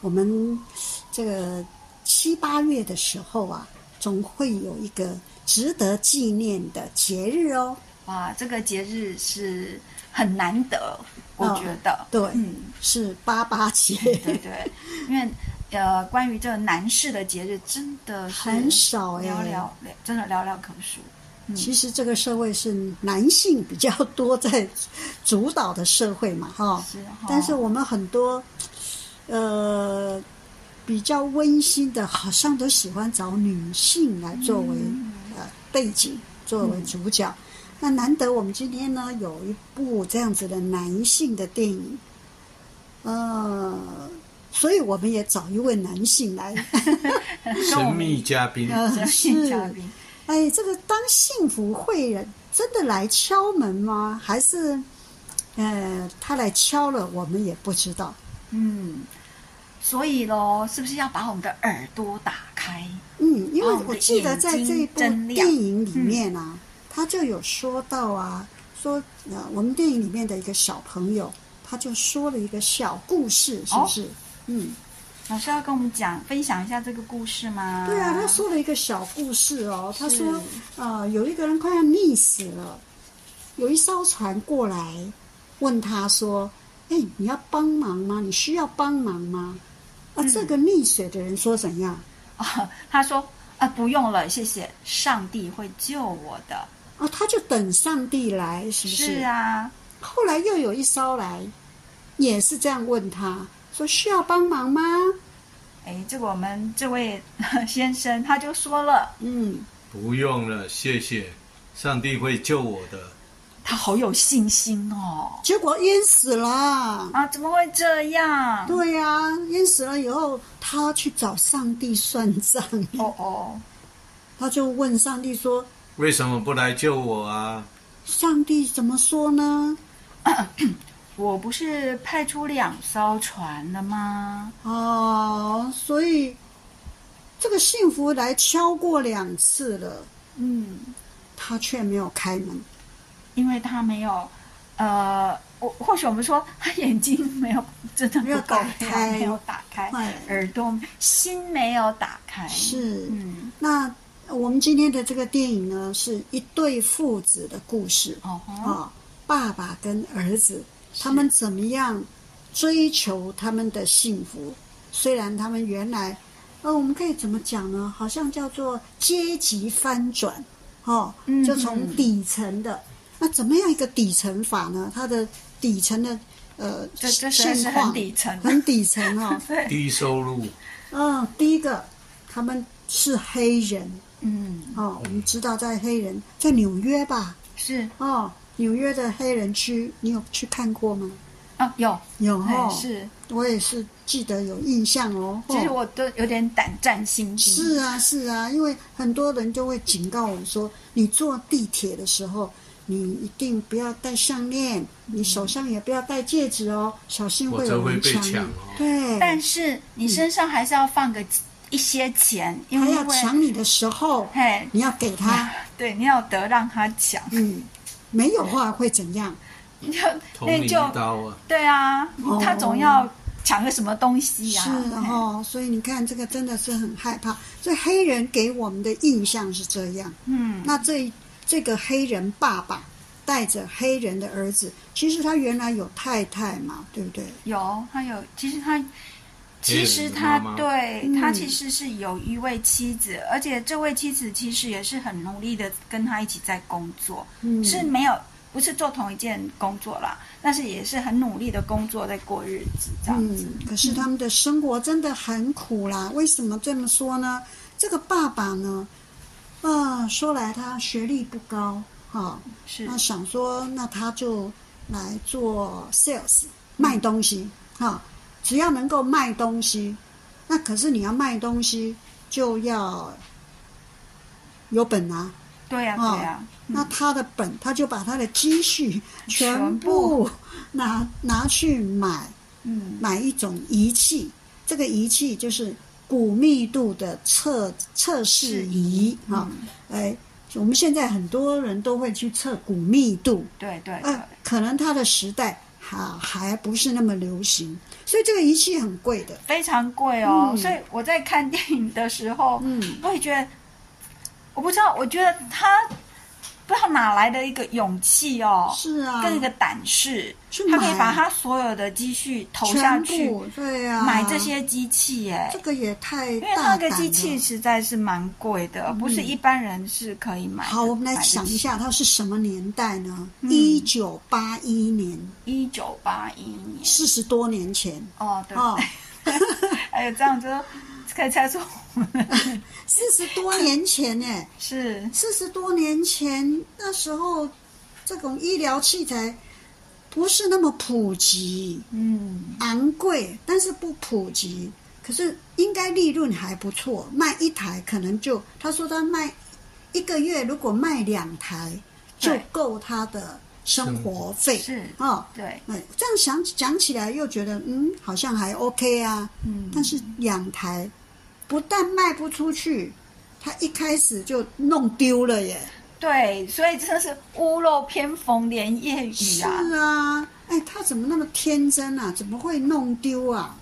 我们这个七八月的时候啊，总会有一个值得纪念的节日哦。哇，这个节日是很难得，我哦觉得。对嗯，是八八节，对对，因为呃，关于这个男士的节日，真的是很少哎、寥寥，真的寥寥可数。其实这个社会是男性比较多在主导的社会嘛，哈、是哈，哦但是我们很多呃比较温馨的，好像都喜欢找女性来作为、嗯呃背景，作为主角。那难得我们今天呢有一部这样子的男性的电影，呃，所以我们也找一位男性来。跟我 神们秘嘉宾，呃神秘嘉宾，哎，这个当幸福会人真的来敲门吗？还是呃他来敲了，我们也不知道。嗯，所以喽，是不是要把我们的耳朵打开？嗯，因为哦我们我的记得眼在这睛一部真亮嗯电影里面啊，他就有说到啊，说呃，我们电影里面的一个小朋友，他就说了一个小故事，是不是？哦嗯，老师要跟我们讲分享一下这个故事吗？对啊，他说了一个小故事哦，他啊是说呃，有一个人快要溺死了，有一艘船过来问他说：“哎，你要帮忙吗？你需要帮忙吗？”啊，嗯这个溺水的人说怎样？啊， 他说啊，不用了，谢谢，上帝会救我的。啊，他就等上帝来，是不是啊，后来又有一艘来，也是这样问他说：“需要帮忙吗哎，这个我们这位 先生他就说了，？”嗯，不用了，谢谢，上帝会救我的。他好有信心哦。结果淹死了。啊，怎么会这样？对呀、淹死了以后，他去找上帝算账， 哦哦，他就问上帝说为什么不来救我啊？：“上帝怎么说呢我不是派出两艘船了吗？？”哦，所以这个幸福来敲过两次了，嗯，他却没有开门。因为他没有，呃，我或许我们说他眼睛没有真的没有不够打亮开没有打开，哎耳朵心没有打开，是嗯，那我们今天的这个电影呢，是一对父子的故事。哦啊、吼，爸爸跟儿子他们怎么样追求他们的幸福？虽然他们原来，呃，我们可以怎么讲呢？好像叫做阶级翻转，哦嗯，就从底层的。那怎么样一个底层法呢？它的底层的呃这这实在现是况很底层很底层 哦。对，低收入，嗯，第一个，他们是黑人嗯，哦，我们知道在黑人在纽约吧，是哦，纽约的黑人区，你有去看过吗？啊，有，有哎哦，是，我也是记得有印象哦。其实哦我都有点胆战心惊，是啊是啊，因为很多人就会警告我们说，你坐地铁的时候，你一定不要戴项链，你手上也不要戴戒指哦，小心否会则有会人被抢你。抢哦。对，但是你身上还是要放个一些钱，因他为要啊抢你的时候，嘿，你要给他，对，你要得让他抢，嗯，没有话会怎样？你就捅那你一就刀啊！对啊，哦他总要抢个什么东西呀、是的嘿哦，所以你看这个真的是很害怕。所以黑人给我们的印象是这样。嗯，那这这个黑人爸爸带着黑人的儿子，其实他原来有太太嘛，对不对？有他有，其实他。黑其人实的他妈妈对、嗯他其实是有一位妻子，而且这位妻子其实也是很努力的跟他一起在工作，嗯是没有不是做同一件工作啦，但是也是很努力的工作在过日子这样子。嗯，可是他们的生活真的很苦啦。为什么这么说呢？这个爸爸呢，啊、说来他学历不高，哈、是那想说，那他就来做 sales 卖东西哈、只要能够卖东西，那可是你要卖东西就要有本啊。对呀、哦对呀、那他的本，他就把他的积蓄全全部部拿拿去买嗯买一种仪器，这个仪器就是骨密度的测测试仪啊。哎，我们现在很多人都会去测骨密度，对对对呃，可能它的时代还还不是那么流行，所以这个仪器很贵的。非常贵哦。嗯所以我在看电影的时候，嗯我也觉得，我不知道，我觉得他不知道哪来的一个勇气哦，是啊，跟一个胆识去，他可以买把他所有的积蓄投下全去部对呀、啊，买这些机器耶这。个也太因为大那胆个了。机器实在是蛮贵的，不是一般人是可以买的。好，我们来想一下，它是什么年代呢？嗯一九八一年，一九八一年，四十多年前哦，对，哦，哎呦，这样就可以猜出我们的 四十多年前哎，是四十多年前那时候，这种医疗器材不是那么普及，嗯昂贵，但是不普及。可是应该利润还不错，卖一台可能就他说他卖一个月，如果卖两台就对够他的生活费是哦。对，哎，这样想讲起来又觉得，嗯，好像还 OK 啊。嗯，但是两台不但卖不出去，他一开始就弄丢了耶。对，所以真的是屋漏偏逢连夜雨是啊。啊，哎，他怎么那么天真啊？怎么会弄丢啊？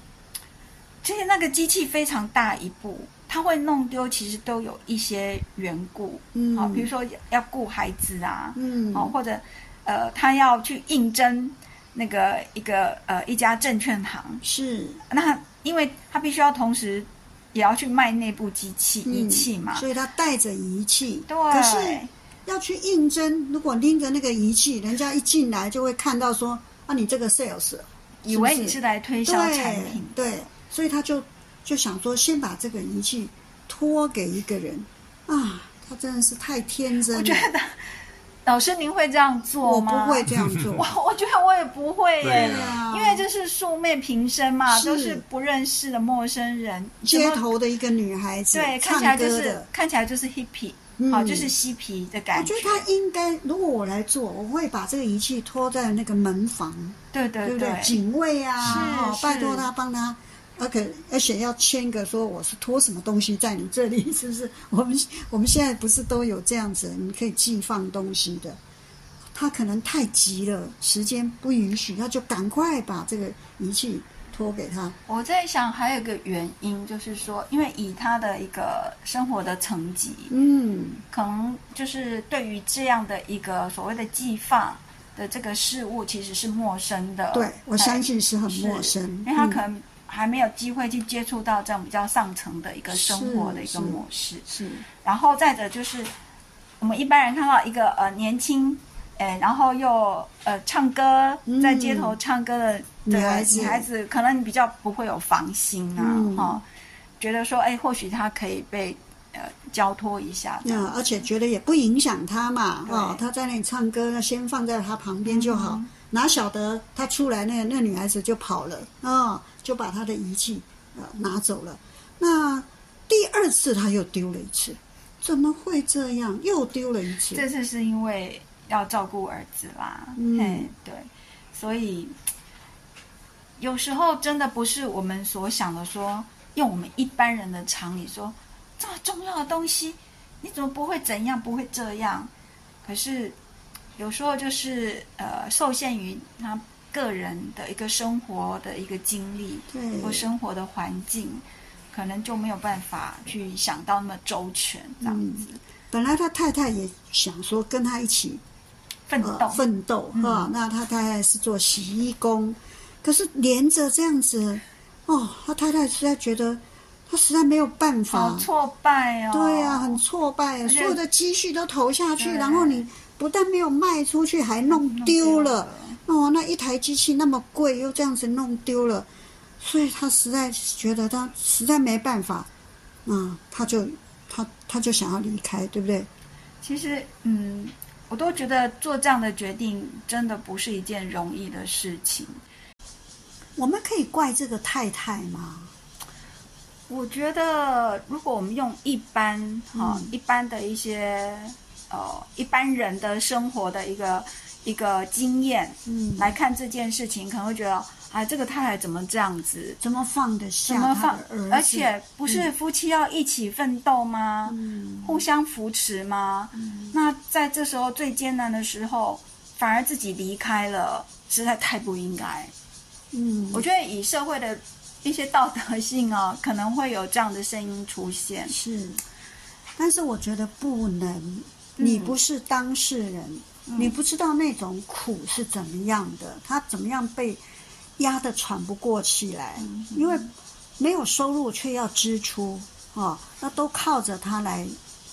其实那个机器非常大一部，它会弄丢，其实都有一些缘故，嗯好、比如说要顾孩子啊，嗯，哦，或者呃，他要去应征那个一个呃一家证券行，是那因为他必须要同时也要去卖那部机器、仪嗯器嘛，所以他带着仪器。对，可是要去应征，如果拎着那个仪器，人家一进来就会看到说，啊，你这个 sales 以为你是来推销产品，对，对所以他就就想说，先把这个仪器托给一个人啊，他真的是太天真了。我觉得老师您会这样做我吗？不会，这样 做，我我觉得我也不会耶对。啊因为这是素昧平生嘛，是都是不认识的陌生人，街怎么头的一个女孩子，对，看唱起来就歌是的，看起来就是 hippie，嗯好、就是嬉皮的我感觉得他应该，如果我来做，我会把这个仪器托在那个门房，对呃对不对？警卫啊，是哦是拜托他帮他。而且而且要签个说我是托什么东西在你这里， 是不是？我们我们现在不是都有这样子，你可以寄放东西的。他可能太急了，时间不允许，他就赶快把这个仪器托给他。我在想，还有一个原因就是说，因为以他的一个生活的层级，嗯，可能就是对于这样的一个所谓的寄放的这个事物，其实是陌生的。对，我哎相信是很是陌生，因为他嗯可能还没有机会去接触到这样比较上层的一个生活的一是个模式。是然后再者就是，我们一般人看到一个呃年轻，呃，然后又呃唱歌嗯，在街头唱歌的、的女孩子女孩子可能你比较不会有防心啊，嗯哦，觉得说，哎，或许她可以被呃交托一下这样那而且觉得也不影响他嘛，对嗯哦，他在那里唱歌，那先放在他旁边就好。哪晓得他出来那那女孩子就跑了，哦，就把他的仪器呃拿走了。那第二次他又丢了一次，怎么会这样？又丢了一次。这次是因为要照顾儿子啦，嗯嘿，对，所以有时候真的不是我们所想的说，用我们一般人的常理说，这么重要的东西，你怎么不会怎样，不会这样？可是有时候就是呃，受限于他个人的一个生活的一个经历对或生活的环境。可能就没有办法去想到那么周全，这样子、嗯本来他太太也想说跟他一起奋呃斗，奋斗哈、那他太太是做洗衣工，可是连着这样子，哦，他太太实在觉得他实在没有办法，好挫败哦。对呀、很挫败啊，且所有的积蓄都投下去，对然后你不但没有卖出去，还弄丢了。哦，那一台机器那么贵，又这样子弄丢了，所以他实在觉得他实在没办法，嗯，他就他他就想要离开，对不对？其实，嗯，我都觉得做这样的决定真的不是一件容易的事情。我们可以怪这个太太吗？我觉得，如果我们用一般哈、嗯一般的一些呃一般人的生活的一个一个经验嗯，来看这件事情，可能会觉得啊，这个太太怎么这样子？怎么放得怎下他么放的儿子？？而且不是夫妻要一起奋斗吗？嗯，互相扶持吗？那在这时候最艰难的时候，反而自己离开了，实在太不应该。嗯，我觉得以社会的一些道德性哦，可能会有这样的声音出现。是，但是我觉得不能，你嗯不是当事人，你不知道那种苦是怎么样的，他怎么样被压得喘不过气来，嗯因为没有收入却要支出哦，那都靠着他来，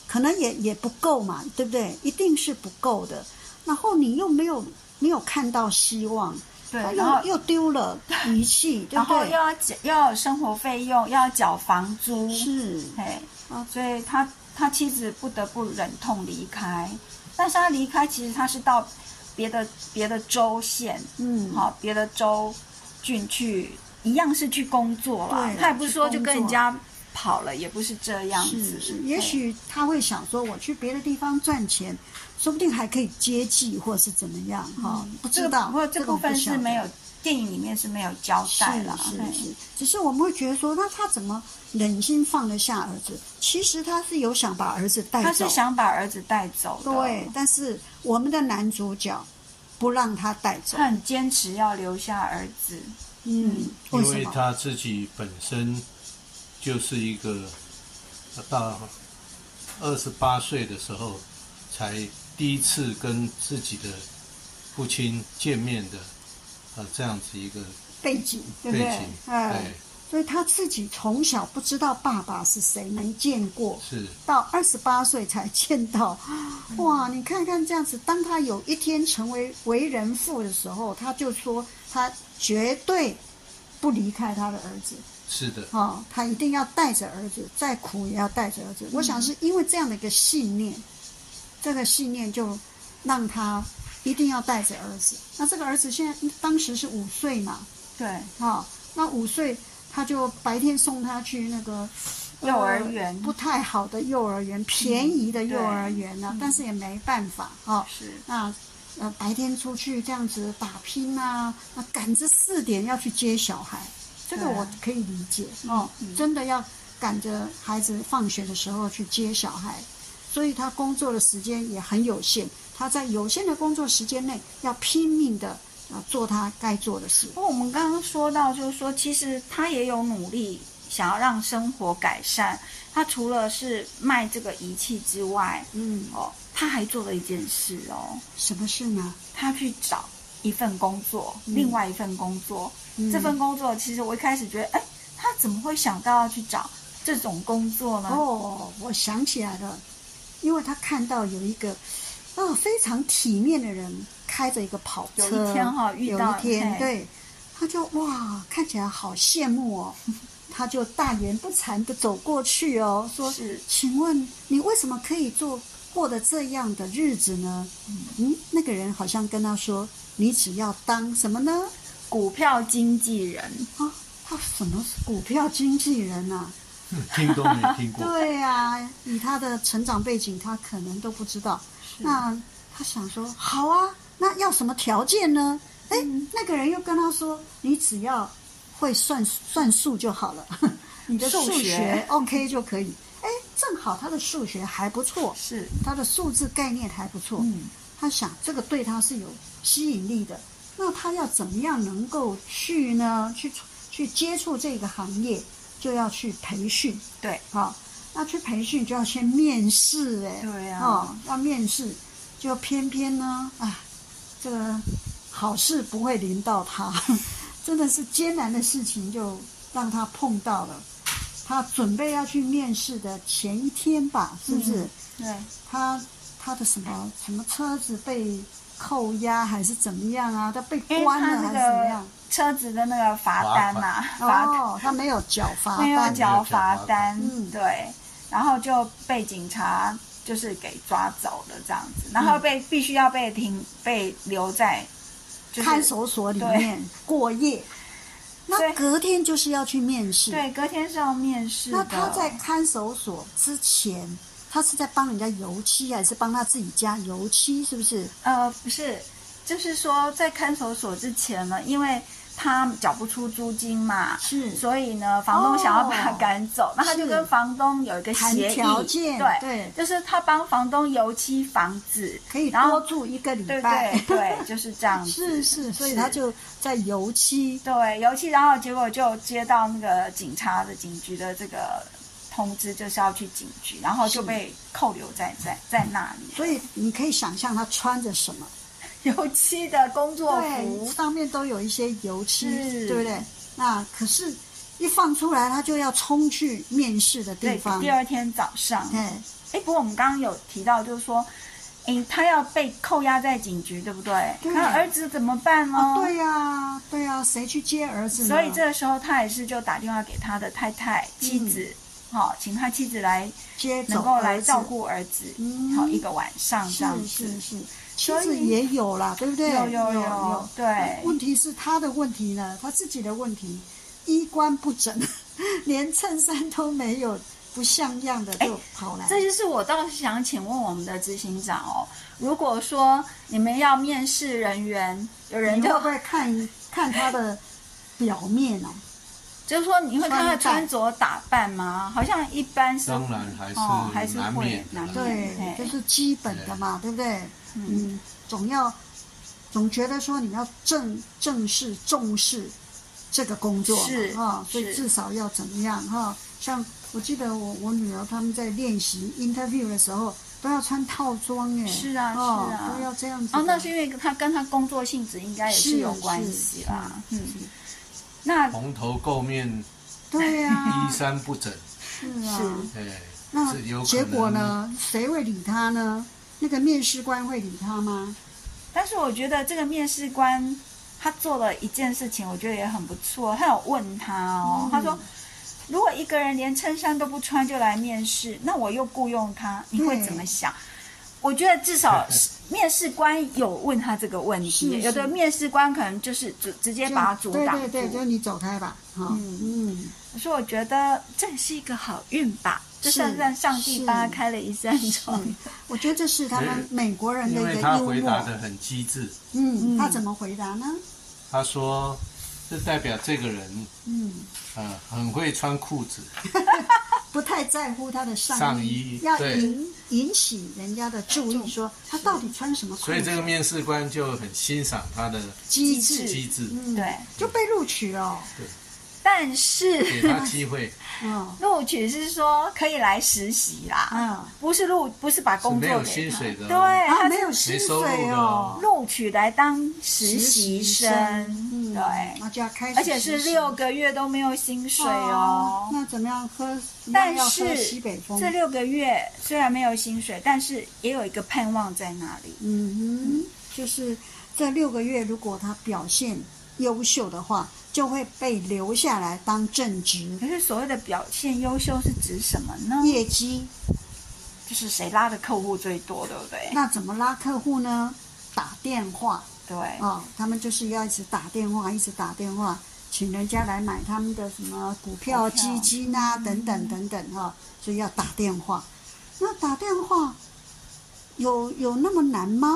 可能也也不够嘛，对不对？一定是不够的，然后你又没有没有看到希望，对，啊然后又又丢 了仪器，对然不后又对？要缴要有生活费用，要缴房租，是，哎，啊所以他他妻子不得不忍痛离开。但是他离开，其实他是到别的别的州县，嗯，好、别的州郡去，一样是去工作啦对。他也不是说去就工作跟人家跑了，也不是这样是子。是，对也许他会想说，我去别的地方赚钱，说不定还可以接济，或是怎么样哈、不嗯知这个道。不过这个部我不分晓是得没有电影里面是没有交是代啦。是嘿是，只是我们会觉得说，那他怎么忍心放得下儿子？其实他是有想把儿子带走，他是想把儿子带走的，对，但是我们的男主角不让他带走他，很坚持要留下儿子。嗯，为因什为么？他自己本身就是一个到二十八岁的时候才第一次跟自己的父亲见面的，呃，这样子一个背景对不背对景？，哎，所以他自己从小不知道爸爸是谁，没见过，是到二十八岁才见到，哇！你看看这样子，当他有一天成为为人父的时候，他就说他绝对不离开他的儿子，是的，哦，他一定要带着儿子，再苦也要带着儿子。我想是因为这样的一个信念，这个信念就让他一定要带着儿子。那这个儿子现在当时是五岁嘛，对，啊、那五岁他就白天送他去那个呃 幼儿园嗯不太好的幼儿园，便宜的幼儿园呢、但是也没办法哦。是那呃白天出去这样子打拼啊，那赶着四点要去接小孩，这个对啊嗯我可以理解哦、真的要赶着孩子放学的时候去接小孩，所以他工作的时间也很有限。他在有限的工作时间内，要拼命的啊做他该做的事。不过我们刚刚说到，就是说，其实他也有努力想要让生活改善。他除了是卖这个仪器之外，嗯，哦，他还做了一件事哦，什么事呢？他去找一份工作，另外一份工作。嗯这份工作其实我一开始觉得，哎，他怎么会想到要去找这种工作呢？哦，我想起来了，因为他看到有一个哦非常体面的人开着一个跑车，有一天哈遇到有一天嘿对，他就哇看起来好羡慕 哦，他就大言不惭的走过去哦，说是请问你为什么可以做过得这样的日子呢？嗯，那个人好像跟他说，你只要当什么呢？股票经纪人，啊，他什么是股票经纪人啊？听都没听过，对呀、以他的成长背景，他可能都不知道。那他想说，好啊，那要什么条件呢？哎、那个人又跟他说，你只要会算算数就好了，你的数数学学 OK 就可以。哎，正好他的数学还不错，是他的数字概念还不错。嗯，他想这个对他是有吸引力的。那他要怎么样能够去呢？去去接触这个行业，就要去培训。对，好、那去培训就要先面试，哎，对啊哦，要面试，就偏偏呢，啊，这个好事不会临到他， 真的是艰难的事情就让他碰到了。他准备要去面试的前一天吧，是不嗯是？对，他他的什么什么车子被扣押还是怎么样啊？他被因为关他了那还是怎么个样？车子的那个罚单呐、罚单。哦，他没有缴罚没有单，缴罚单，嗯对，然后就被警察就是给抓走了这样子，然嗯后被、必须要被停被留在、就是、看守所里面过夜。所那以隔天就是要去面试。对，隔天是要面试的。那他在看守所之前，他是在帮人家油漆，啊还是帮他自己家油漆？是不是？呃，不是，就是说在看守所之前呢，因为他缴不出租金嘛，是哦所以呢，房东想要把他赶走，那他就是跟房东有一个谈协议，条件，对，对，就是他帮房东油漆房子，可以然后多住一个礼对拜对。对，就是这样子， 是是，所以他就在油漆。对油漆，然后结果就接到那个警察的警局的这个通知，就是要去警局，然后就是被扣留在在在那里， 所以你可以想象他穿着什么，油漆的工作对，服，上面都有一些油漆，是对不对？那可是，一放出来他就要冲去面试的地对方，，第二天早上，哎，哎，不过我们刚刚有提到，就是说，哎，他要被扣押在警局，对不对？对那儿子怎么办呢？啊，对呀、对呀、谁去接儿子呢？哦所以这个时候他也是就打电话给他的太太、妻子，好、请他妻子来接走能够来嗯儿子照顾儿子，好、嗯一个晚上这样是子是。是，妻所以子也有啦，对不对？有有有有，对问题是他的问题呢，他自己的问题，衣冠不整， 连衬衫都没有，不像样的就跑来。哎这就是我倒是想请问我们的执行长哦，如果说你们要面试人员，有人你就会不会看看他的表面啊？就是说你会看他穿戴穿着打扮吗？好像一般是当然还是哦还是难会免的难啦对免，嘿这是基本的嘛，对不对？嗯，总要总觉得说你要正正视重视这个工作嘛是啊，所以是至少要怎么样哈、像我记得我我女儿她们在练习 interview 的时候都要穿套装哎，是啊哦是啊都要这样子的。哦，那是因为他跟他工作性质应该也是是有关是系是啦。嗯，那蓬头垢面，对呀、 衣衫不整，是啊。是哎，那这有可结果能呢？谁会理他呢？那个面试官会理他吗？但是我觉得这个面试官他做了一件事情，我觉得也很不错。他有问他哦，嗯他说。如果一个人连衬衫都不穿就来面试，那我又雇佣他，你会对怎么想？我觉得至少 是面试官有问他这个问题，是有的是面试官可能就是直直接就把他阻挡对住。对对，就你走开吧，哈、嗯所以我觉得这是一个好运吧，这是算让上帝是帮他开了一扇窗。我觉得这是他们美国人的因一个为他幽回答默。的很机智，嗯，嗯他怎么回答呢？他说这代表这个人嗯，呃很会穿裤子，不太在乎他的上上衣要对引引起人家的注意，说他到底穿什么裤所以这个子，面试官就很欣赏他的机是智机智，嗯对，就被录取了。但是 给他机会，嗯录取是说可以来实习啦，嗯，不是录不是把工是没作有给薪他，水的哦对，啊，他没是有薪没收入水的哦哦，录取来当实习生，嗯，对，那就要开始而实习，且是六个月都没有薪水哦哦。那怎么样喝？但那要喝是西北风，这六个月虽然没有薪水，但是也有一个盼望在那里。嗯哼，就是这六个月，如果他表现优秀的话，就会被留下来当正职，可是所谓的表现优秀是指什么呢？业绩就是谁拉的客户最多，对不对？那怎么拉客户呢？打电话对，哦，他们就是要一直打电话，一直打电话，请人家来买他们的什么股票、股票基金啊，等等等等哈、所以要打电话。那打电话有有那么难吗？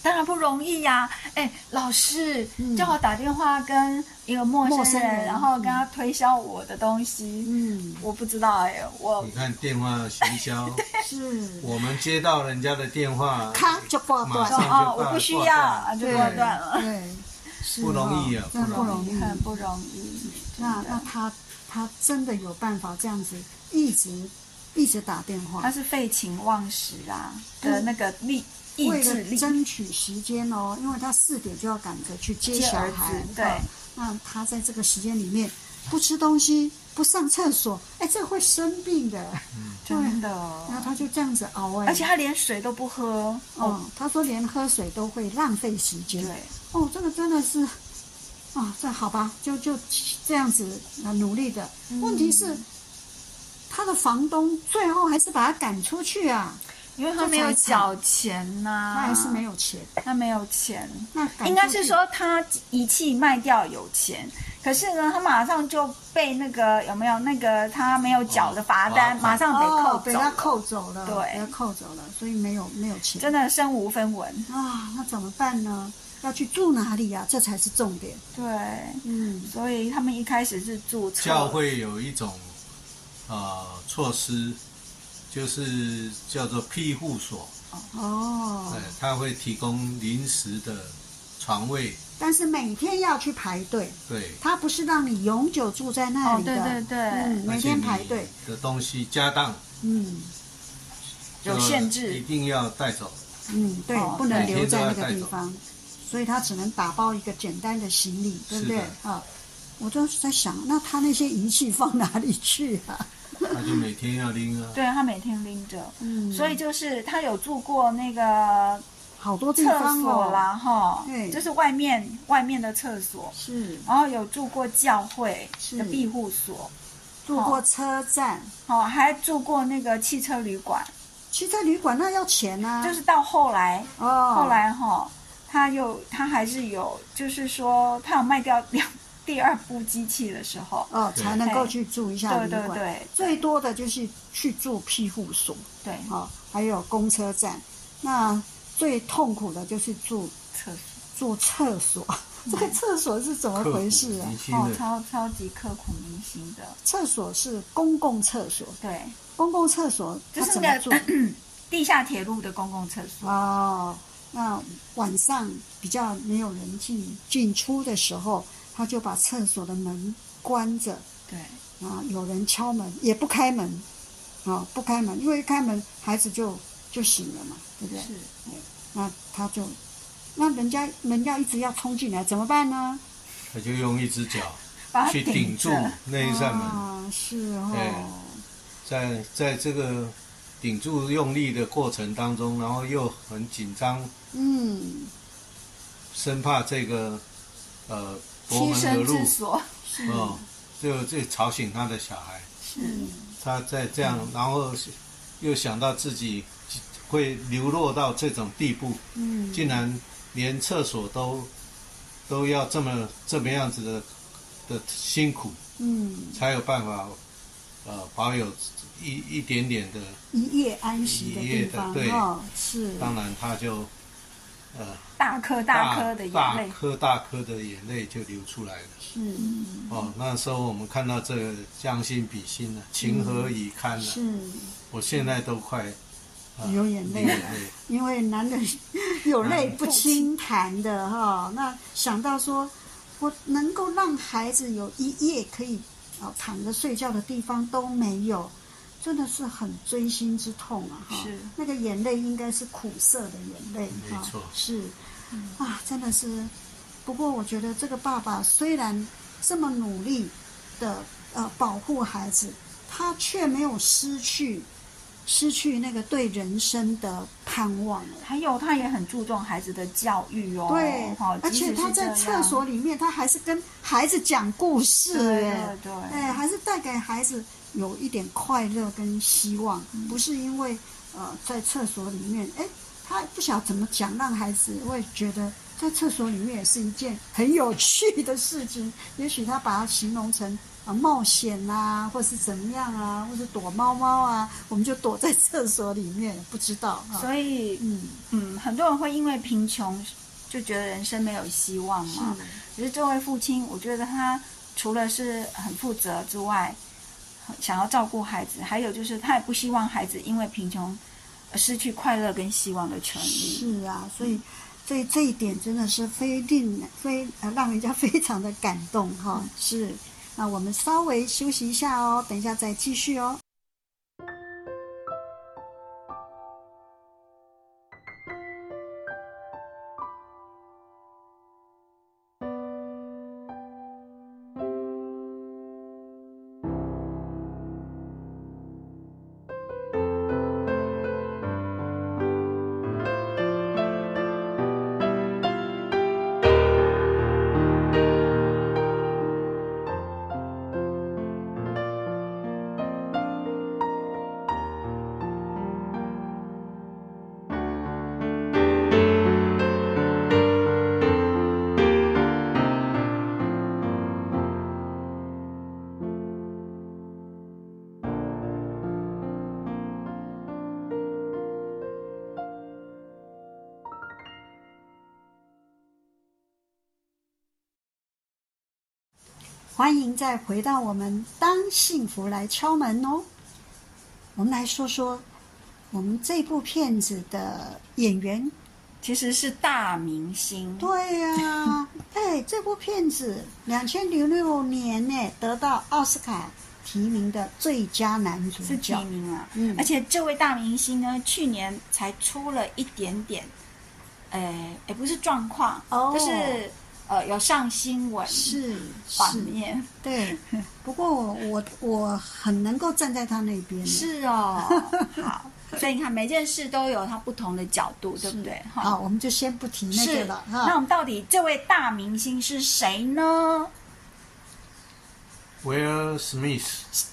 当然不容易呀、哎，老师、嗯叫我打电话跟一个陌陌生生人，人然后跟他推销我的东西，嗯，我不知道哎、我你看电话 行销，是我们接到人家的电话，咔就挂断马说上了，哦，就我挂不需挂要，断啊就对挂断了，对，是不容易啊哦真的不不容容易。很不容易。那真的那他他真的有办法这样子一直一直打电他话，是废寝忘食啊的那个力、意嗯为志了力，争取时间哦，因为他四点就要赶着去接接小儿孩子，对哦那他在这个时间里面不吃东西，不上厕所，哎，这会生病的。真的。然后他就这样子熬哎，哦而且他连水都不喝，哦，哦，他说连喝水都会浪费时间。对，哦，这个真的是，啊、这好吧，就就这样子呃努力的。嗯问题是，他的房东最后还是把他赶出去啊。因为他没有缴钱呐、他还是没有钱。他没有钱，那感觉啊应该是说他仪器卖掉有钱，可是呢，他马上就被那个有没有那个他没有缴的罚单，哦马上被哦，扣被走他了，扣走了，对被他扣走了，所以没有没有钱真的身无分文。啊，那怎么办呢？要去住哪里呀、这才是重点。对，嗯，所以他们一开始是注册教会有一种呃措施，就是叫做庇护所，哦哎，，它会提供临时的床位，但是每天要去排队，对，他不是让你永久住在那哦里，的，对对对，嗯，每天排队，的东西家当嗯有限制一定要带走。嗯，对，哦不能对留在那个地方，所以他只能打包一个简单的行李，对不对是？啊，我就是在想，那他那些仪器放哪里去啊？他就每天要 拎啊。对他每天拎着，嗯，所以就是他有住过那个好多地厕方所哦，啦，哈对，就是外面外面的厕所，是然后有住过教会是的庇护所，住过车站、哦，还住过那个汽车旅馆，汽车旅馆，那要钱啊，就是到后来，哦，后来哈，他又他还是有，就是说他有卖掉两第二部机器的时候，哦对才能够去住一下对旅对馆，对最多的就是去住庇护所，对，哦，还有公车站，那最痛苦的就是住厕所住厕所， 这嗯个厕所是怎么回事啊刻苦？铭心哦，的，超超级刻苦铭心的，厕所是公共厕所，对，公共厕所就它是怎么那住个？ 地下铁路的公共厕所，哦，那晚上比较没有人进进出的时候，他就把厕所的门关着，对，啊，有人敲门也不开门，啊，不开门，因为一开门孩子就就醒了嘛，对不对？是。那他就，那人家人家一直要冲进来，怎么办呢？他就用一只脚把它去顶顶着住那一扇门，啊，是哦，哎在在这个顶住用力的过程当中，然后又很紧张，嗯，生怕这个呃夺栖门而身入之所，哦，就就吵醒他的小孩。嗯他在这样，然后又想到自己会流落到这种地步，嗯，竟然连厕所都都要这么这么样子的的辛苦，嗯，才有办法呃保有一一点点的。一夜安息的地方一夜的对哦，是，当然，他就呃大颗嗯大颗的眼大泪，颗大颗的眼泪就流出来了。是嗯哦，那时候我们看到这个，将心比心了，情何以嗯堪了。是，我现在都快、呃流眼泪流了因为男人有泪不轻弹的哈、那想到说，我能够让孩子有一夜可以啊躺着睡觉的地方都没有，真的是很锥心之痛啊！哈、是那个眼泪应该是苦涩的眼泪，没哈错嗯是啊，真的是。不过我觉得这个爸爸虽然这么努力的呃保护孩子，他却没有失去失去那个对人生的盼望了。还有他也很注重孩子的教育哦，对哦，而且他在厕所，里面，他还是跟孩子讲故即使事，是这哎样对对对，哎，还是带给孩子有一点快乐跟希望，不是因为呃在厕所里面，哎，他不晓得怎么讲，让孩子会觉得在厕所里面也是一件很有趣的事情。也许他把它形容成啊冒险啊，或是怎么样啊，或是躲猫猫啊，我们就躲在厕所里面，不知道啊。所以嗯，嗯，很多人会因为贫穷就觉得人生没有希望是嘛。可是这位父亲，我觉得他除了是很负责之外，想要照顾孩子，还有就是他也不希望孩子因为贫穷而失去快乐跟希望的权利。是啊，所以这这一点真的是非令非呃让人家 非常的感动哈、是，那我们稍微休息一下哦，等一下再继续哦。欢迎再回到我们“当幸福来敲门”哦。我们来说说我们这部片子的演员。其实是大明星，对呀、哎，这部片子两千零六年呢得到奥斯卡提名的最佳男主是提角。名了。嗯而且这位大明星呢，去年才出了一点点，呃，也不是状况，哦就是呃有上新闻是版是，面。对。不过我我我很能够站在他那边。。是 哦，好，所以你看每件事都有它不同的角度，对不对？哈好，我们就先不提那是个了那我哈。们到底这位大明星是谁呢？ Will Smith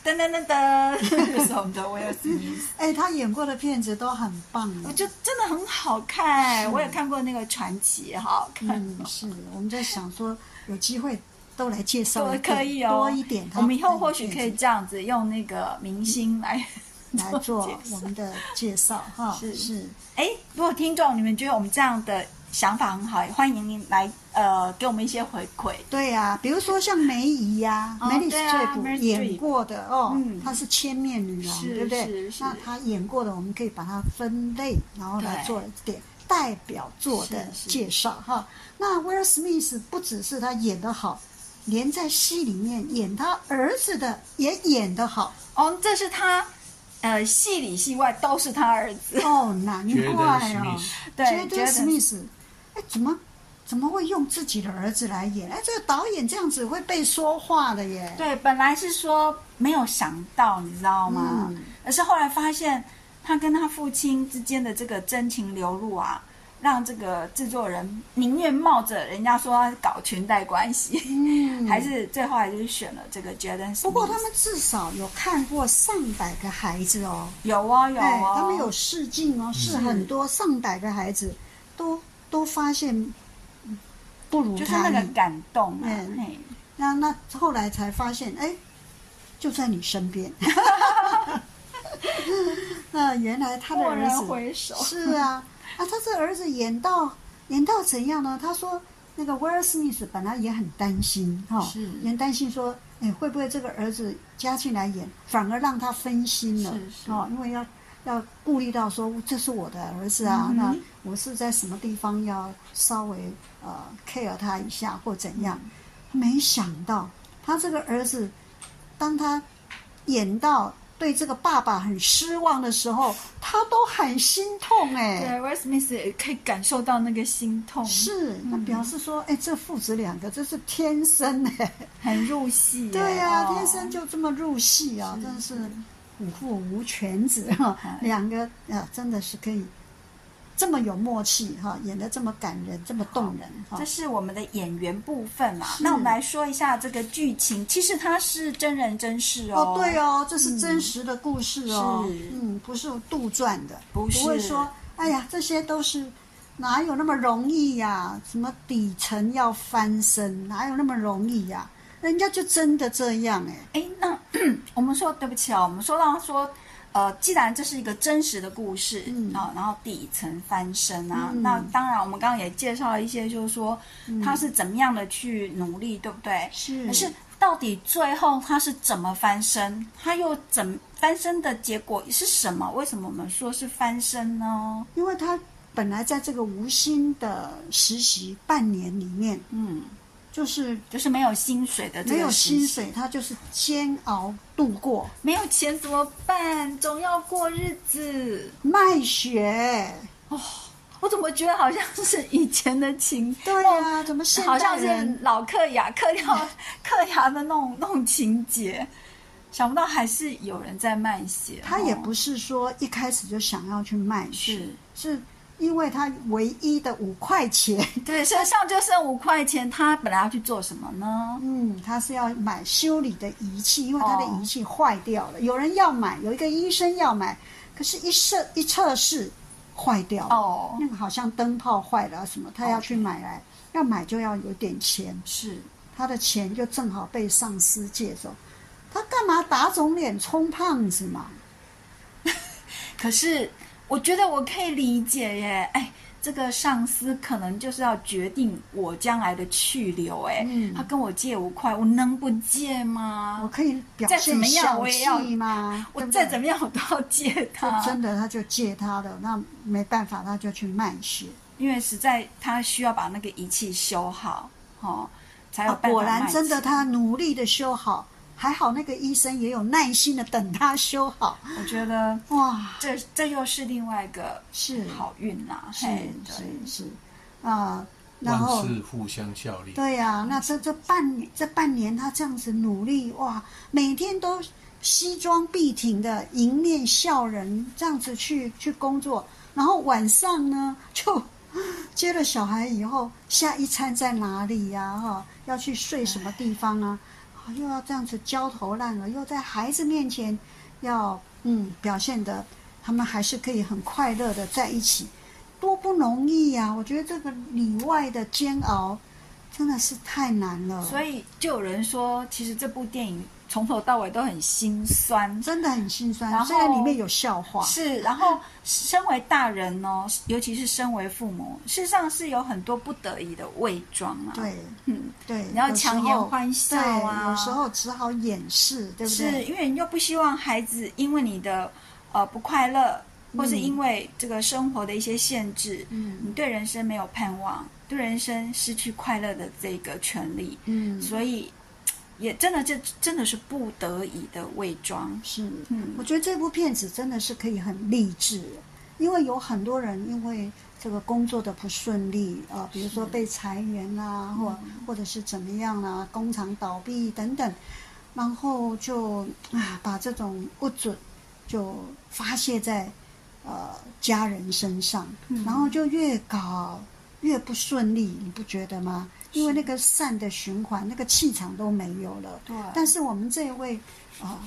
噔噔噔噔，是我 们的威尔史密斯，哎，他演过的片子都很棒我哦。就真的很好看，是我也看过那个传奇，好好看哦。嗯，是，我们在想说有机会都来介绍多一点可以哦，多一点他我们以后的或许片可以子这样子，用那个明星嗯来 来做介绍我们的介绍哈。是是。哎，如果听众你们觉得我们这样的想法很好，也欢迎您来呃给我们一些回馈。对呀、比如说像梅姨呀、哦梅丽史对啊翠普 Meryl 演 Streep 过的哦，嗯她是千面女郎，是对不对？是是那她演过的，我们可以把它分类，然后来对做一点代表作的是是介绍哈。那威尔史密斯不只是他演得好，连在戏里面演他儿子的也演得 好哦，这是他呃戏里戏外都是他儿子，哦，难 j 怪 a 哦 Smith，对，杰觉德得史密斯，哎，怎么怎么会用自己的儿子来演？哎，这个导演这样子会被说话的耶。对，本来是说没有想到，你知道吗？嗯而是后来发现他跟他父亲之间的这个真情流露啊，让这个制作人宁愿冒着人家说他搞裙带关系，嗯还是最后还是选了这个 Jaden。不过他们至少有看过上百个孩子哦，有哦有嗯哎哦，他们有试镜哦，是很多上百个孩子都都发现嗯不如就是他那个你，感动啊，嗯嘿那那后来才发现，哎，就在你身边。 那原来他的 蓦儿然子回首，是啊，啊，他这儿子演到演到怎样呢？他说那个威尔史密斯本来也很担心哈，是也很担心说，哎，会不会这个儿子加进来演，反而让他分心了是是哦，因为要要顾虑到说哦这是我的儿子啊，嗯哼那我是在什么地方要稍微呃 care 他一下或怎样？嗯没想到他这个儿子，当他演到对这个爸爸很失望的时候，他都很心痛哎、对 w e s Smith 也可以感受到那个心痛，是，那表示说，哎、这父子两个这是天生哎、很入戏耶，对呀、哦天生就这么入戏啊，真是虎父无犬子 哈、两个啊，真的是可以这么有默契哈、演的这么感人，这么动人哈、这是我们的演员部分嘛。嗯是那我们来说一下这个剧情，其实它是真人真事哦，哦。对，哦，这是真实的故事哦，是嗯，不是杜撰的，不是会说，哎呀，这些都是哪有那么容易呀、什么底层要翻身，哪有那么容易呀、人家就真的这样哎、哎，那 我们说对不起哦，我们说到说，呃，既然这是一个真实的故事啊、嗯然后底层翻身啊，嗯那当然我们刚刚也介绍了一些，就是说他是怎么样的去努力，对不对？是可是到底最后他是怎么翻身？他又怎翻身的结果是什么？为什么我们说是翻身呢？因为他本来在这个无薪的实习半年里面，嗯，就是就是没有薪水的这个没有时薪期水，他就是煎熬度过，没有钱怎么办？总要过日子。卖血，我怎么觉得好像是以前的情， 对啊呀、怎么现好代像是人老客雅、客 调、客雅的那种那种情节。想不到还是有人在卖血，他也不哦是说一开始就想要去卖血，是，是因为他唯一的五块钱，对，身上就剩五块钱，他本来要去做什么呢？嗯，他是要买修理的仪器，因为他的哦仪器坏掉了，有人要买，有一个医生要买，可是一测一测试坏掉了，哦，那个好像灯泡坏了啊什么，他要去买来，要买就要有点钱，是他的钱就正好被上司借走，他干嘛打肿脸充胖子嘛？可是我觉得我可以理解耶，哎，这个上司可能就是要决定我将来的去留、欸，哎、嗯他跟我借五块，我能不借吗？我可以表再怎现么样小我也要气吗？我对不再对怎么样我啊都要借他，真的他就借他的，那没办法，他就去卖血。因为实在他需要把那个仪器修好，哦，才有啊办法、果然真的，，他努力的修好，还好那个医生也有耐心的等他修好。我觉得哇，这这又是另外一个是好运啦，是嘿对是是啊、然后万事互相效力。对呀、那这这半年这半年他这样子努力哇，每天都西装笔挺的迎面笑人，这样子去去工作，然后晚上呢 就接了小孩以后，下一餐在哪里呀、哈、要去睡什么地方啊？啊又要这样子焦头烂额，又在孩子面前要嗯表现的，他们还是可以很快乐的在一起，多不容易呀、我觉得这个里外的煎熬真的是太难了，所以就有人说，其实这部电影从头到尾都很心酸，真的很心然酸。后虽然里面有笑话，是，然后身为大人哦，尤其是身为父母，事实上是有很多不得已的伪装啊，，对嗯，对，你要有时候强颜欢笑啊对有时候只好掩饰，对不是对？因为你又不希望孩子因为你的呃不快乐，或是因为这个生活的一些限制，嗯你对人生没有盼望，对人生失去快乐的这个权利，嗯，所以也真的这真的是不得已的伪装。是，嗯我觉得这部片子真的是可以很励志，因为有很多人因为这个工作的不顺利，呃，比如说被裁员啦、啊或或者是怎么样啦、工厂倒闭等等，然后就啊把这种不准就发泄在呃家人身上，然后就越搞越不顺利，你不觉得吗？因为那个善的循环，那个气场都没有了。对但是我们这一位啊、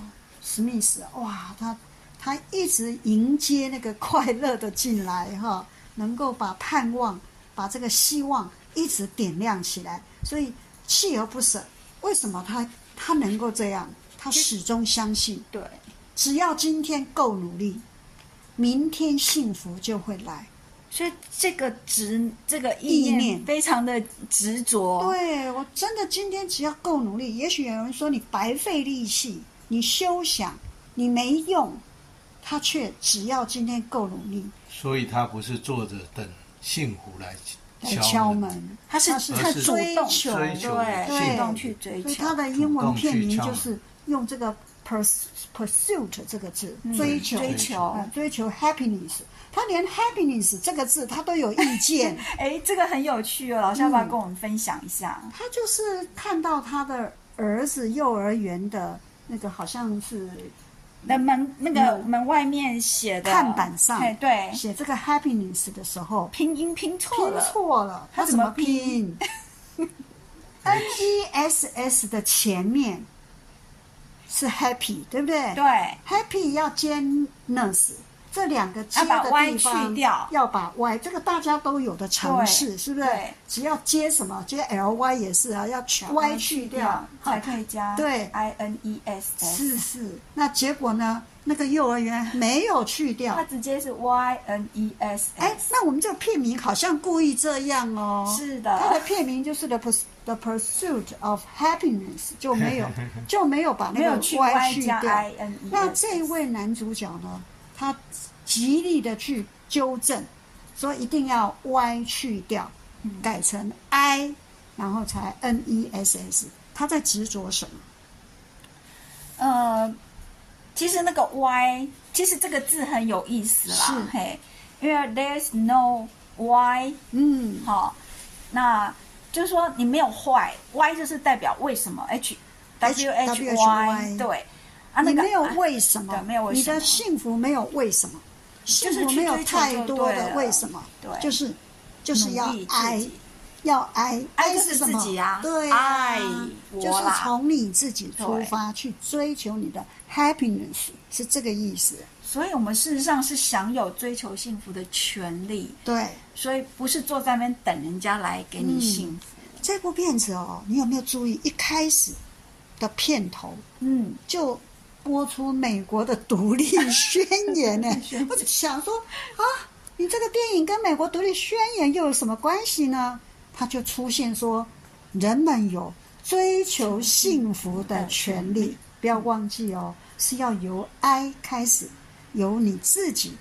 史密斯，哇，他他一直迎接那个快乐的进来哈，能够把盼望、把这个希望一直点亮起来，所以锲而不舍。为什么他他能够这样？他始终相信，对，只要今天够努力，明天幸福就会来。所以这个执这个意意念念非常的执着。对我真的今天只要够努力，也许有人说你白费力气，你休想，你没用，他却只要今天够努力所以他不是坐着等幸福来来敲门，他是他是他是主追动求追求对对主动去追所以求，他的英文片主名动去敲就门是用这个 purs pursuit 这个字，嗯追求追求啊追求 happiness，他连 happiness 这个字他都有意见。哎，这个很有趣哦，老师要不要嗯跟我们分享一下？他就是看到他的儿子幼儿园的那个好像是那门那个门外面写嗯的看板上哎，对，写这个 happiness 的时候拼音拼错拼了，错了，他他怎怎么么哎拼 ？N E S S 的前面是 happy，对不对？对， happy 要兼 ness 这两个接要把的 y 地方去掉要把 y 这个大家都有的常识，对是不是对？只要接什么接 l y 也是啊，要去把 y 去去掉，好嗯才可以加对 i n e s s，是是，那结果呢？那个幼儿园没有去掉它，直接是 y n e s 哎 s，，那我们这个片名好像故意这样哦。是它的的，片名就是 The Purs The Pursuit of Happiness，就没有就没有把那没有个去 Y y 去加掉。 i n e，那这位男主角呢，他极力的去纠正，说一定要 Y 去掉，改成 I，然后才 N E S S。他在执着什么？呃，其实那个 y，其实这个字很有意思啦是，嘿，因为 there's no y 嗯，好、那就是说你没有坏，Y 就是代表为什么 H W H WHY Y 对啊，那你个没有啊为什么对，没有为你什的么幸福没有为什么，幸是福去没有追求太就多对的了为什么，对就是就是要努力自爱己，要爱，爱就爱是什么？自己啊对爱我就是啦从你自己出发去追求你的 happiness，是这个意思，所以我们事实上是享有追求幸福的权利，对。所以不是坐在那边等人家来给你幸福。这部片子哦，你有没有注意一开始的片头嗯，就 播出美国的独立宣言呢？我就想说啊，你这个电影跟美国独立宣言又有什么关系呢？他就出现说，人们有追求幸福的权利，不要忘记哦，是要由爱开始，由你自己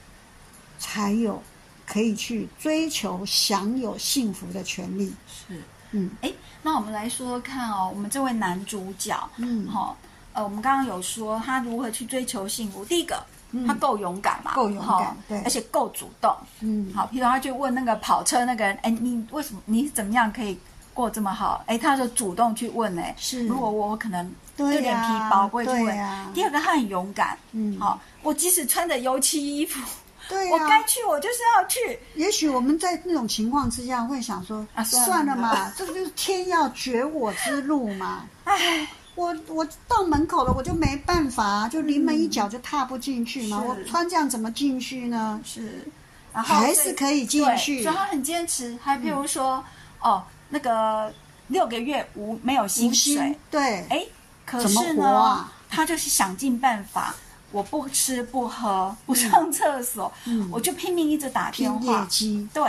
才有可以去追求享有幸福的权利。是，嗯哎，那我们来说说看哦，我们这位男主角，嗯，好、呃，我们刚刚有说他如何去追求幸福。第一个，嗯他够勇敢嘛，够勇敢哈对而且够主动。嗯，好，譬如他去问那个跑车那个人，哎，你为什么你怎么样可以过这么好？哎，他就主动去问，哎，是如果我我可能对就脸呀皮薄，不会去对问。呀第二个，他很勇敢，嗯好、我即使穿着油漆衣服，对啊我呀、该去我就是要去，也许我们在那种情况之下会想说，啊算了算了嘛， 这不就是天要绝我之路嘛。哎，我我到门口了，我就没办法啊，就临门一脚就踏不进去嘛。嗯是我穿这样怎么进去呢？是，然后还所是可以进对去嗯所以。他很坚持。还譬如说，哦，那个六个月无没有薪无心水，对，哎，可怎么是活呢，啊他就是想尽办法，我不吃不喝不上厕所，嗯我就拼命一直打拼电业话。绩，对，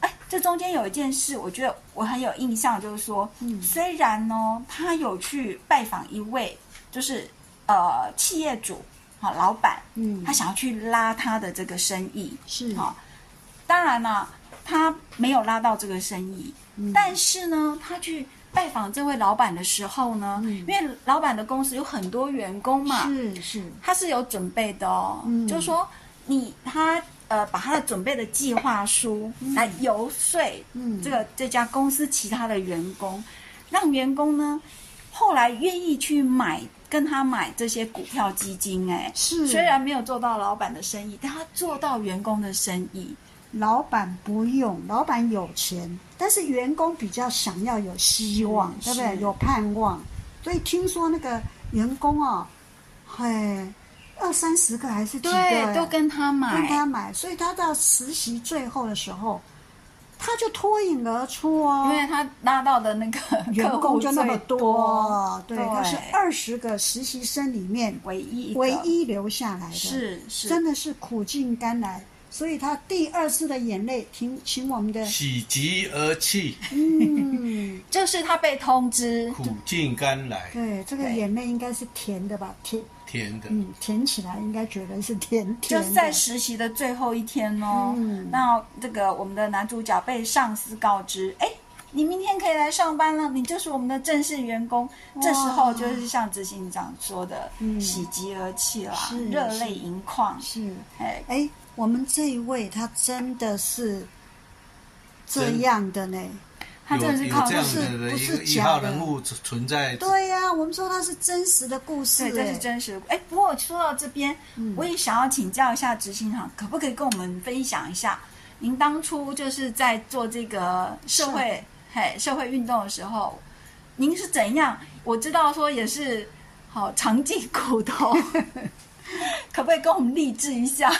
哎，这中间有一件事，我觉得我很有印象，就是说，嗯虽然呢，他有去拜访一位，就是呃企业主。好，老板，嗯他想要去拉他的这个生意，是好、当然啦、他没有拉到这个生意，嗯但是呢，他去拜访这位老板的时候呢，嗯因为老板的公司有很多员工嘛，是是，他是有准备的哦，嗯就是说你他呃把他的准备的计划书来游说嗯这个、这家公司其他的员工，让员工呢后来愿意去买跟他买这些股票基金、哎，是虽然没有做到老板的生意，但他做到员工的生意，老板不用，老板有钱，但是员工比较想要有希望，是对不对？是有盼望，所以听说那个员工哦，嘿，二三十个还是几个哎，都跟他跟买，他买，所以他到实习最后的时候，他就脱颖而出哦，因为他拉到的那个员客户工就那么最多，对，对他是二十个实习生里面唯一一个唯一留下来的，是是真的是苦尽甘来。所以他第二次的眼泪，请请我们的喜极而泣，嗯，就是他被通知，苦尽甘来， 对，这个对眼泪应该是甜的吧？甜，甜的。嗯，甜起来应该觉得是甜甜的。就是在实习的最后一天哦。嗯那这个我们的男主角被上司告知，哎，你明天可以来上班了，你就是我们的正式员工。这时候就是像执行长说的，嗯喜极而泣啦是，热泪盈眶。是，哎，哎，我们这一位他真的是这真样的呢。他真的有是有靠这就样是子不的一是个假一号的人物存存在，对呀、我们说他是真实的故事、嗯对，这哎是真实的。哎，不过说到这边，我也想要请教一下执行长，可不可以跟我们分享一下，您当初就是在做这个社会嘿社会运动的时候，您是怎样？我知道说也是好尝尽苦头， 可不可以跟我们励志一下？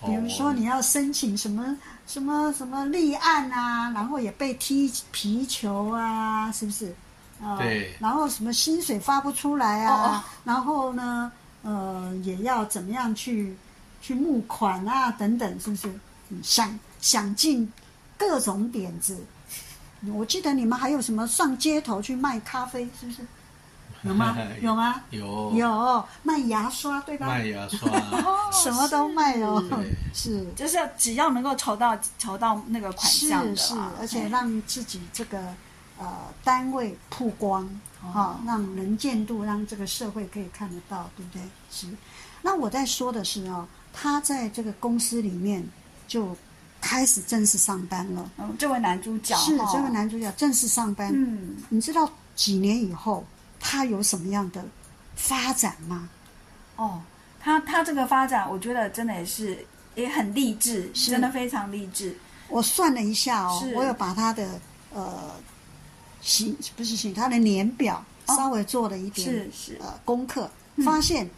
哦比如 说你要申请什么什么什么立案啊，然后也被踢皮球啊，是不是？啊、对？然后什么薪水发不出来哦哦啊，然后呢，呃，也要怎么样去去募款啊，等等，是不是？嗯想想尽各种点子。我记得你们还有什么上街头去卖咖啡，是不是？有吗有吗？ 有有卖牙刷，对吧？卖牙 刷，什么都卖哦是对， 是。 就是只要能够筹到筹到那个款项的啊哎是啦是，而且嘿让自己这个呃单位曝光哦啊、让能见度，让这个社会可以看得到，对不对？是。那我在说的是哦，他在这个公司里面就开始正式上班了，嗯，这位男主角是哦这个男主角正式上班。嗯你知道几年以后他有什么样的发展吗？哦，他他这个发展，我觉得真的也是也很励志，是真的非常励志。我算了一下哦是，我有把他的呃行不是行，他的年表哦稍微做了一点、是是，呃功课，嗯发现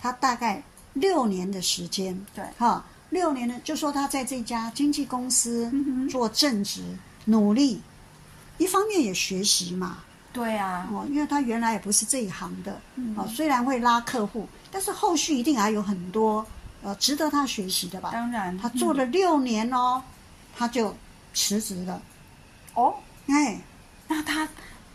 他大概六年的时间，对哈，六年呢，就说他在这家经纪公司嗯哼做正职，努力，一方面也学习嘛，对啊，哦，因为他原来也不是这一行的，嗯哦，虽然会拉客户，但是后续一定还有很多呃值得他学习的吧。当然，嗯他做了六年哦，他就辞职了。哦，哎，那他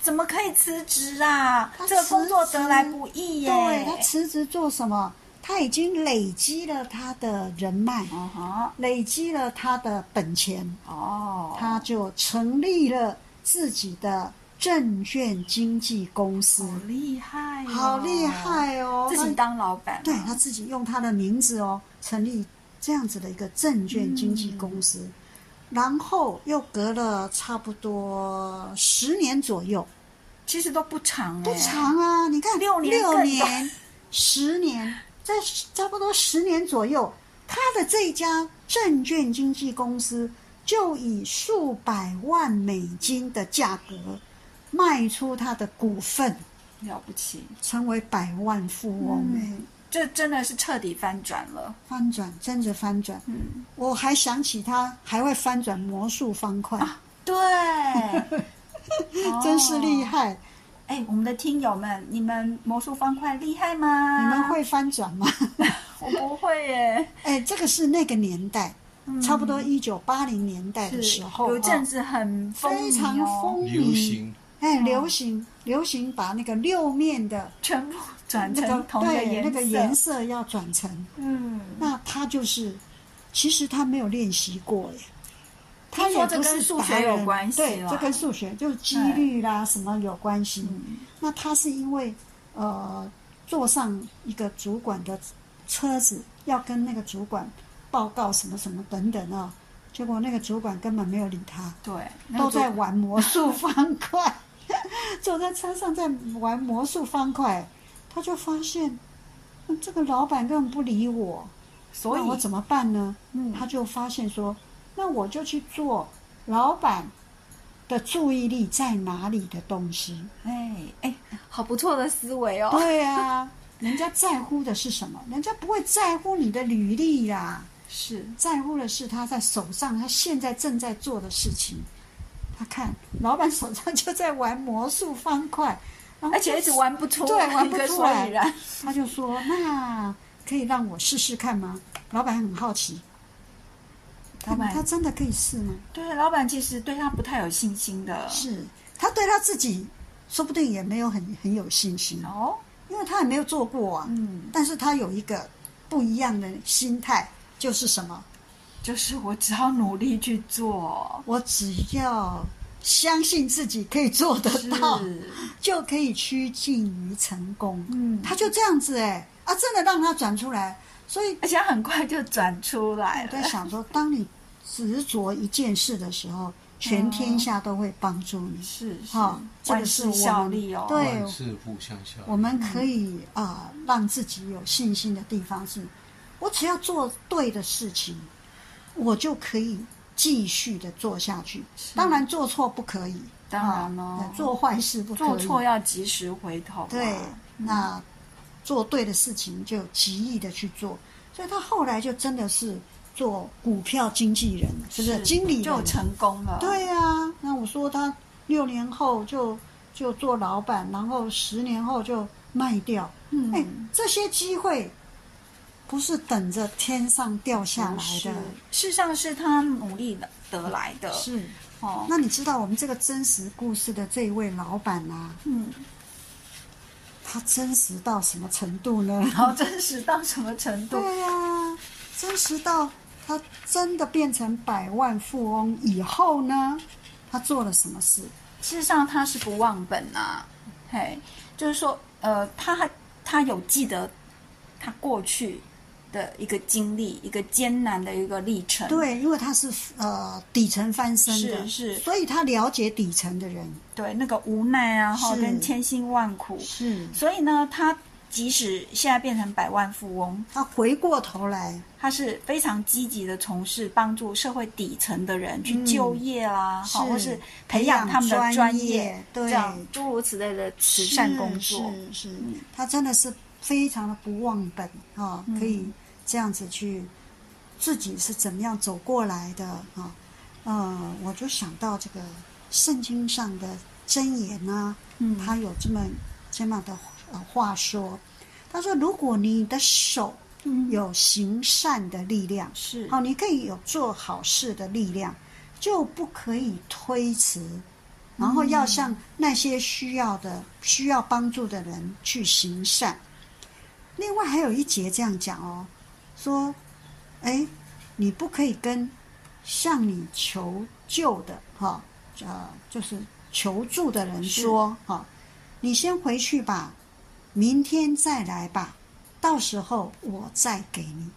怎么可以辞职啊？他这个工作辞职得来不易耶。对他辞职做什么？他已经累积了他的人脉，嗯哼，累积了他的本钱，哦，他就成立了自己的证券经纪公司好，厉害、哦，好厉，害哦！自己他当老板、啊对他自己用他的名字哦，成立这样子的一个证券经纪公司，嗯然后又隔了差不多十年左右，其实都不长、哎，不长啊！你看，六年六更年、十年，在差不多十年左右，他的这一家证券经纪公司就以数百万美金的价格卖出他的股份， 了不起，成为百万富翁、嗯哎、这真的是彻底翻转了。翻转，真的翻转！嗯我还想起他还会翻转魔术方块，啊，对， 哦真是厉害！哎、我们的听友们，你们魔术方块厉害吗？你们？会翻转吗？ 我不会耶。嗯哎，这个是那个年代，差不多一九八零年代的是时候，有一阵哦子很风靡、哦、非常风靡，流行，哎，流行流行把那个六面的全部转那个成同一个对颜色。那个颜色要转成，嗯，那他就是，其实他没有练习过耶。听他说也这不跟是数达学有人关系哦对，啦这跟数学就是几率啦什么有关系。嗯那他是因为呃坐上一个主管的车子，要跟那个主管报告什么什么等等啊，结果那个主管根本没有理他，对，那都个在玩魔术方块， 坐在车上在玩魔术方块，他就发现，嗯这个老板根本不理我，所以那我怎么办呢？嗯他就发现说，那我就去做老板的注意力在哪里的东西。哎哎，好不错的思维哦。对啊，人家在乎的是什么？人家不会在乎你的履历啦，是，在乎的是他在手上他现在正在做的事情。他看老板手上就在玩魔术方块，然后而且一直玩不出对玩一不个出所来以然。他就说：“那可以让我试试看吗？”老板很好奇，老板他真的可以试吗？对，老板其实对他不太有信心的。是他对他自己说不定也没有很很有信心，哦，因为他也没有做过啊。嗯，但是他有一个不一样的心态，就是什么？就是我只要努力去做，我只要相信自己可以做得是，到，嗯就可以趋近于成功。嗯他就这样子哎、啊，真的让他转出来。所以而且他很快就转出来我了。在想说，当你执着一件事的时候，全天下都会帮助你。是是好，这万个是我事们效力哦。对万事互相效我们可以啊、让自己有信心的地方是，我只要做对的事情，我就可以继续的做下去。当然做错不可以，当然咯啊做坏事不可以，做错要及时回头、啊。对，那做对的事情就极力的去做。所以他后来就真的是做股票经纪人，是不是经理人就成功了？对啊，那我说他六年后就就做老板，然后十年后就卖掉。嗯哎、这些机会不是等着天上掉下来不是的。事实上是他努力的得来的。是，哦，那你知道我们这个真实故事的这一位老板啊，嗯，他真实到什么程度呢？然后真实到什么程度？对呀、真实到他真的变成百万富翁以后呢，他做了什么事？事实上他是不忘本啊，嘿，就是说，呃，他还他有记得他过去的一个经历，一个艰难的一个历程。，对，因为他是呃底层翻身的，是是所以他了解底层的人，对，那个无奈啊，哈，是跟千辛万苦，是所以呢，他即使现在变成百万富翁，他回过头来，他是非常积极的从事帮助社会底层的人去就业啦、是好、或是培养他们的培养专专业对这样诸如此类的慈善工作。是是，是他真的是非常的不忘本啊、可以这样子去自己是怎么样走过来的啊、呃，我就想到这个圣经上的箴言啊，嗯他有这么这么的呃话说，他说：“如果你的手有行善的力量，嗯是好，哦你可以有做好事的力量，就不可以推辞，然后要向那些需要的、需要帮助的人去行善。另外还有一节这样讲哦，说，哎，你不可以跟向你求救的哈、呃，就是求助的人是说哈、你先回去吧，明天再来吧，到时候我再给你。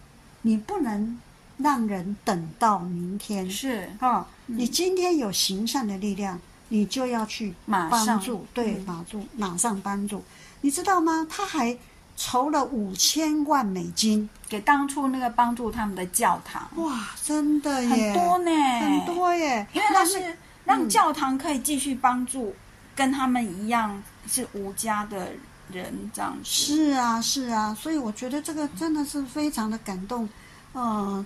你不能让人等到明天，是嗯哦，你今天有行善的力量，你就要去马帮上嗯助，对，马助马上帮助，你知道吗？他还筹了五千万美金，给当初那个帮助他们的教堂，哇，真的耶，很多呢，很，多嗯耶，因为他是让教堂可以继续帮助跟他们一样是无家的人这样子，是啊，是啊，所以我觉得这个真的是非常的感动，呃，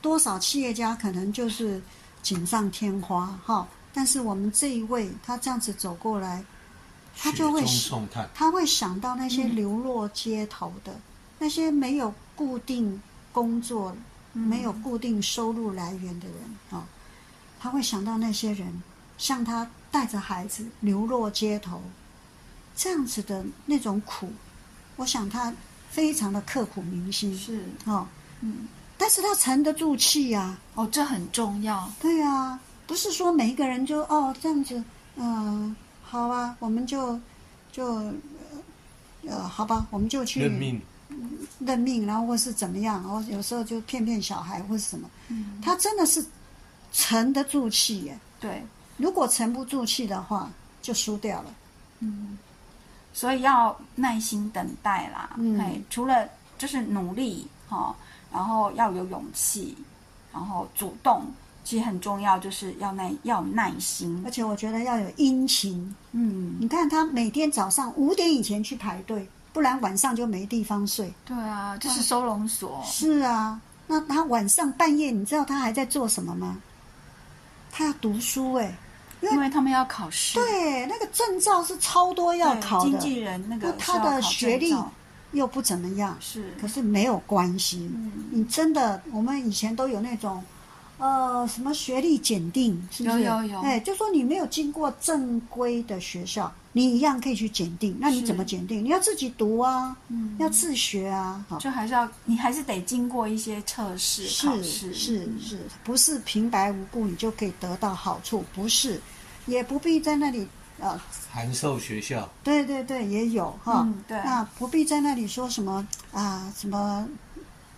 多少企业家可能就是锦上添花哈，但是我们这一位他这样子走过来，他雪就会中是送炭。他会想到那些流落街头的，那些没有固定工作、嗯没有固定收入来源的人哦，他会想到那些人，像他带着孩子流落街头，这样子的那种苦，我想他非常的刻骨铭心是哦，嗯，但是他沉得住气呀、哦，这很重要，对啊，不是说每一个人就哦这样子，嗯、好啊，我们就就呃呃，好吧，我们就去认命，认命，然后或是怎么样，然后有时候就骗骗小孩或是什么，嗯，他真的是沉得住气耶。对，如果沉不住气的话，就输掉了。嗯，所以要耐心等待啦。嗯哎，除了就是努力哦，然后要有勇气，然后主动，其实很重要，就是要耐要有耐心而。且我觉得要有殷勤。嗯，你看他每天早上五点以前去排队，不然晚上就没地方睡。对啊，就是收容所，是啊，那他晚上半夜，你知道他还在做什么吗？他要读书哎、因为他们要考试，对，那个证照是超多要对考经纪的，人那个那是他要的考学证历照又不怎么样，是嗯可是没有关系。你真的，我们以前都有那种，呃，什么学历检定，是不是？有有有哎，就说你没有经过正规的学校，你一样可以去检定。那你是怎么检定？你要自己读啊，嗯要自学啊，好。就还是要你还是得经过一些测试考试，嗯是是是，不是平白无故你就可以得到好处，不是，也不必在那里呃，函授学校对对对，也有哈，嗯对那不必在那里说什么啊什么，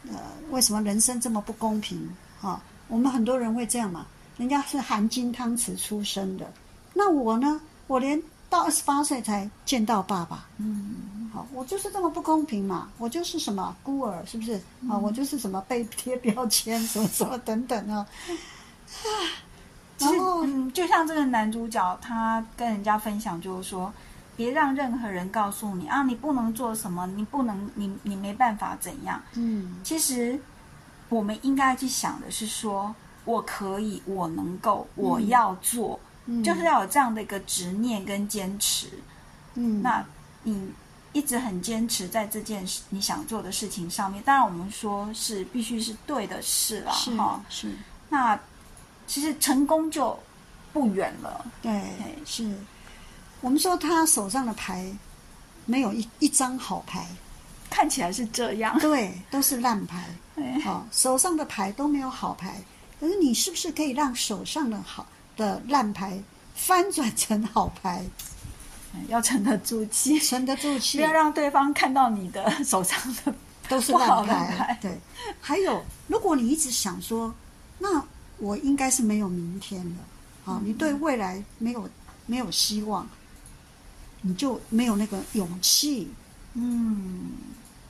呃，为什么人生这么不公平哈？我们很多人会这样嘛，人家是含金汤匙出生的，那我呢，我连到二十八岁才见到爸爸，嗯，好，我就是这么不公平嘛，我就是什么孤儿，是不是？嗯啊，我就是什么被贴标签，什么什么等等啊。其实然后，嗯，就像这个男主角，他跟人家分享就是说，别让任何人告诉你啊，你不能做什么，你不能，你你没办法怎样。嗯，其实我们应该去想的是说，我可以，我能够，我要做，嗯就是要有这样的一个执念跟坚持。嗯，那你一直很坚持在这件事你想做的事情上面，当然我们说是必须是对的事啦，是哈。是，那其实成功就不远了。对是。我们说他手上的牌没有一一张好 牌，看起来是这 样，哎对，都是烂牌。哦，手上的牌都没有好牌，可是你是不是可以让手上的好的烂牌翻转成好牌，要沉得住 气，沉得住气？不要让对方看到你的手上的。都是不好烂烂牌牌。啊对，还有，如果你一直想说，那我应该是没有明天了，嗯好、你对未来没有没有希望，你就没有那个勇气。嗯，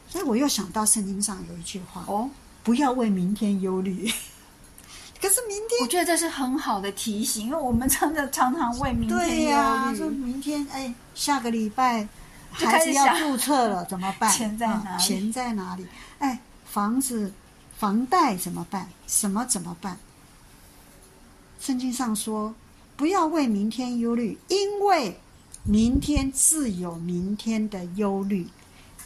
所以我又想到圣经上有一句话： 哦，不要为明天忧虑。 可是明我天，觉得这是很好的提醒，因为我们真的常常为明对天呀、忧说虑。明天，哎，下个礼拜就孩开子始要想注册了，怎么办？钱在啊哪里钱在哪里？哎，房子、房贷怎么办？什么怎么办？圣经上说，不要为明天忧虑，因为明天自有明天的忧虑，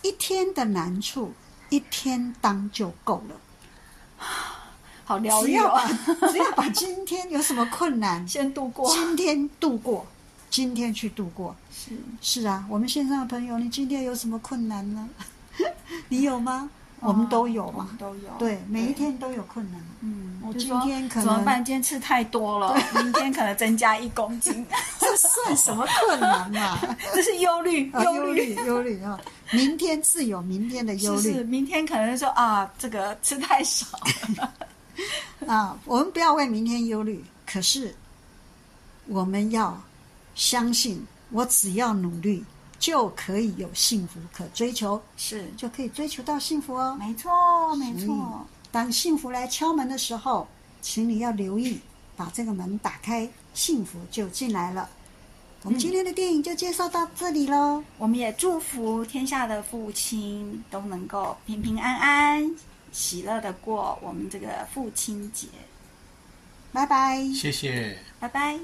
一天的难处一天当就够了。好疗只愈要哦把，只要把今天有什么困难， 先度过。今天度过，今天去度过。是是啊，我们线上的朋友，你今天有什么困难 呢？你有吗？我们都有嗯我们嘛。都有。哦对，每一，天都有困难。嗯，我就今说天可怎么能办？今天吃太多了，明天可能增加一公 斤， 这算什么困难嘛、这是忧虑， 啊？忧虑虑，。忧虑啊！明天自有明天的忧是虑是，明天可能说啊，这个吃太 少，啊！我们不要为明天忧虑，可是我们要相信，我只要努力就可以有幸福可追求，是，就可以追求到幸福哦。没错，没错嗯，当幸福来敲门的时候，请你要留意，把这个门打开，幸福就进来了。我们今天的电影就介绍到这里喽，我们也祝福天下的父亲都能够平平安安、喜乐的过我们这个父亲节。拜拜。谢谢。拜拜。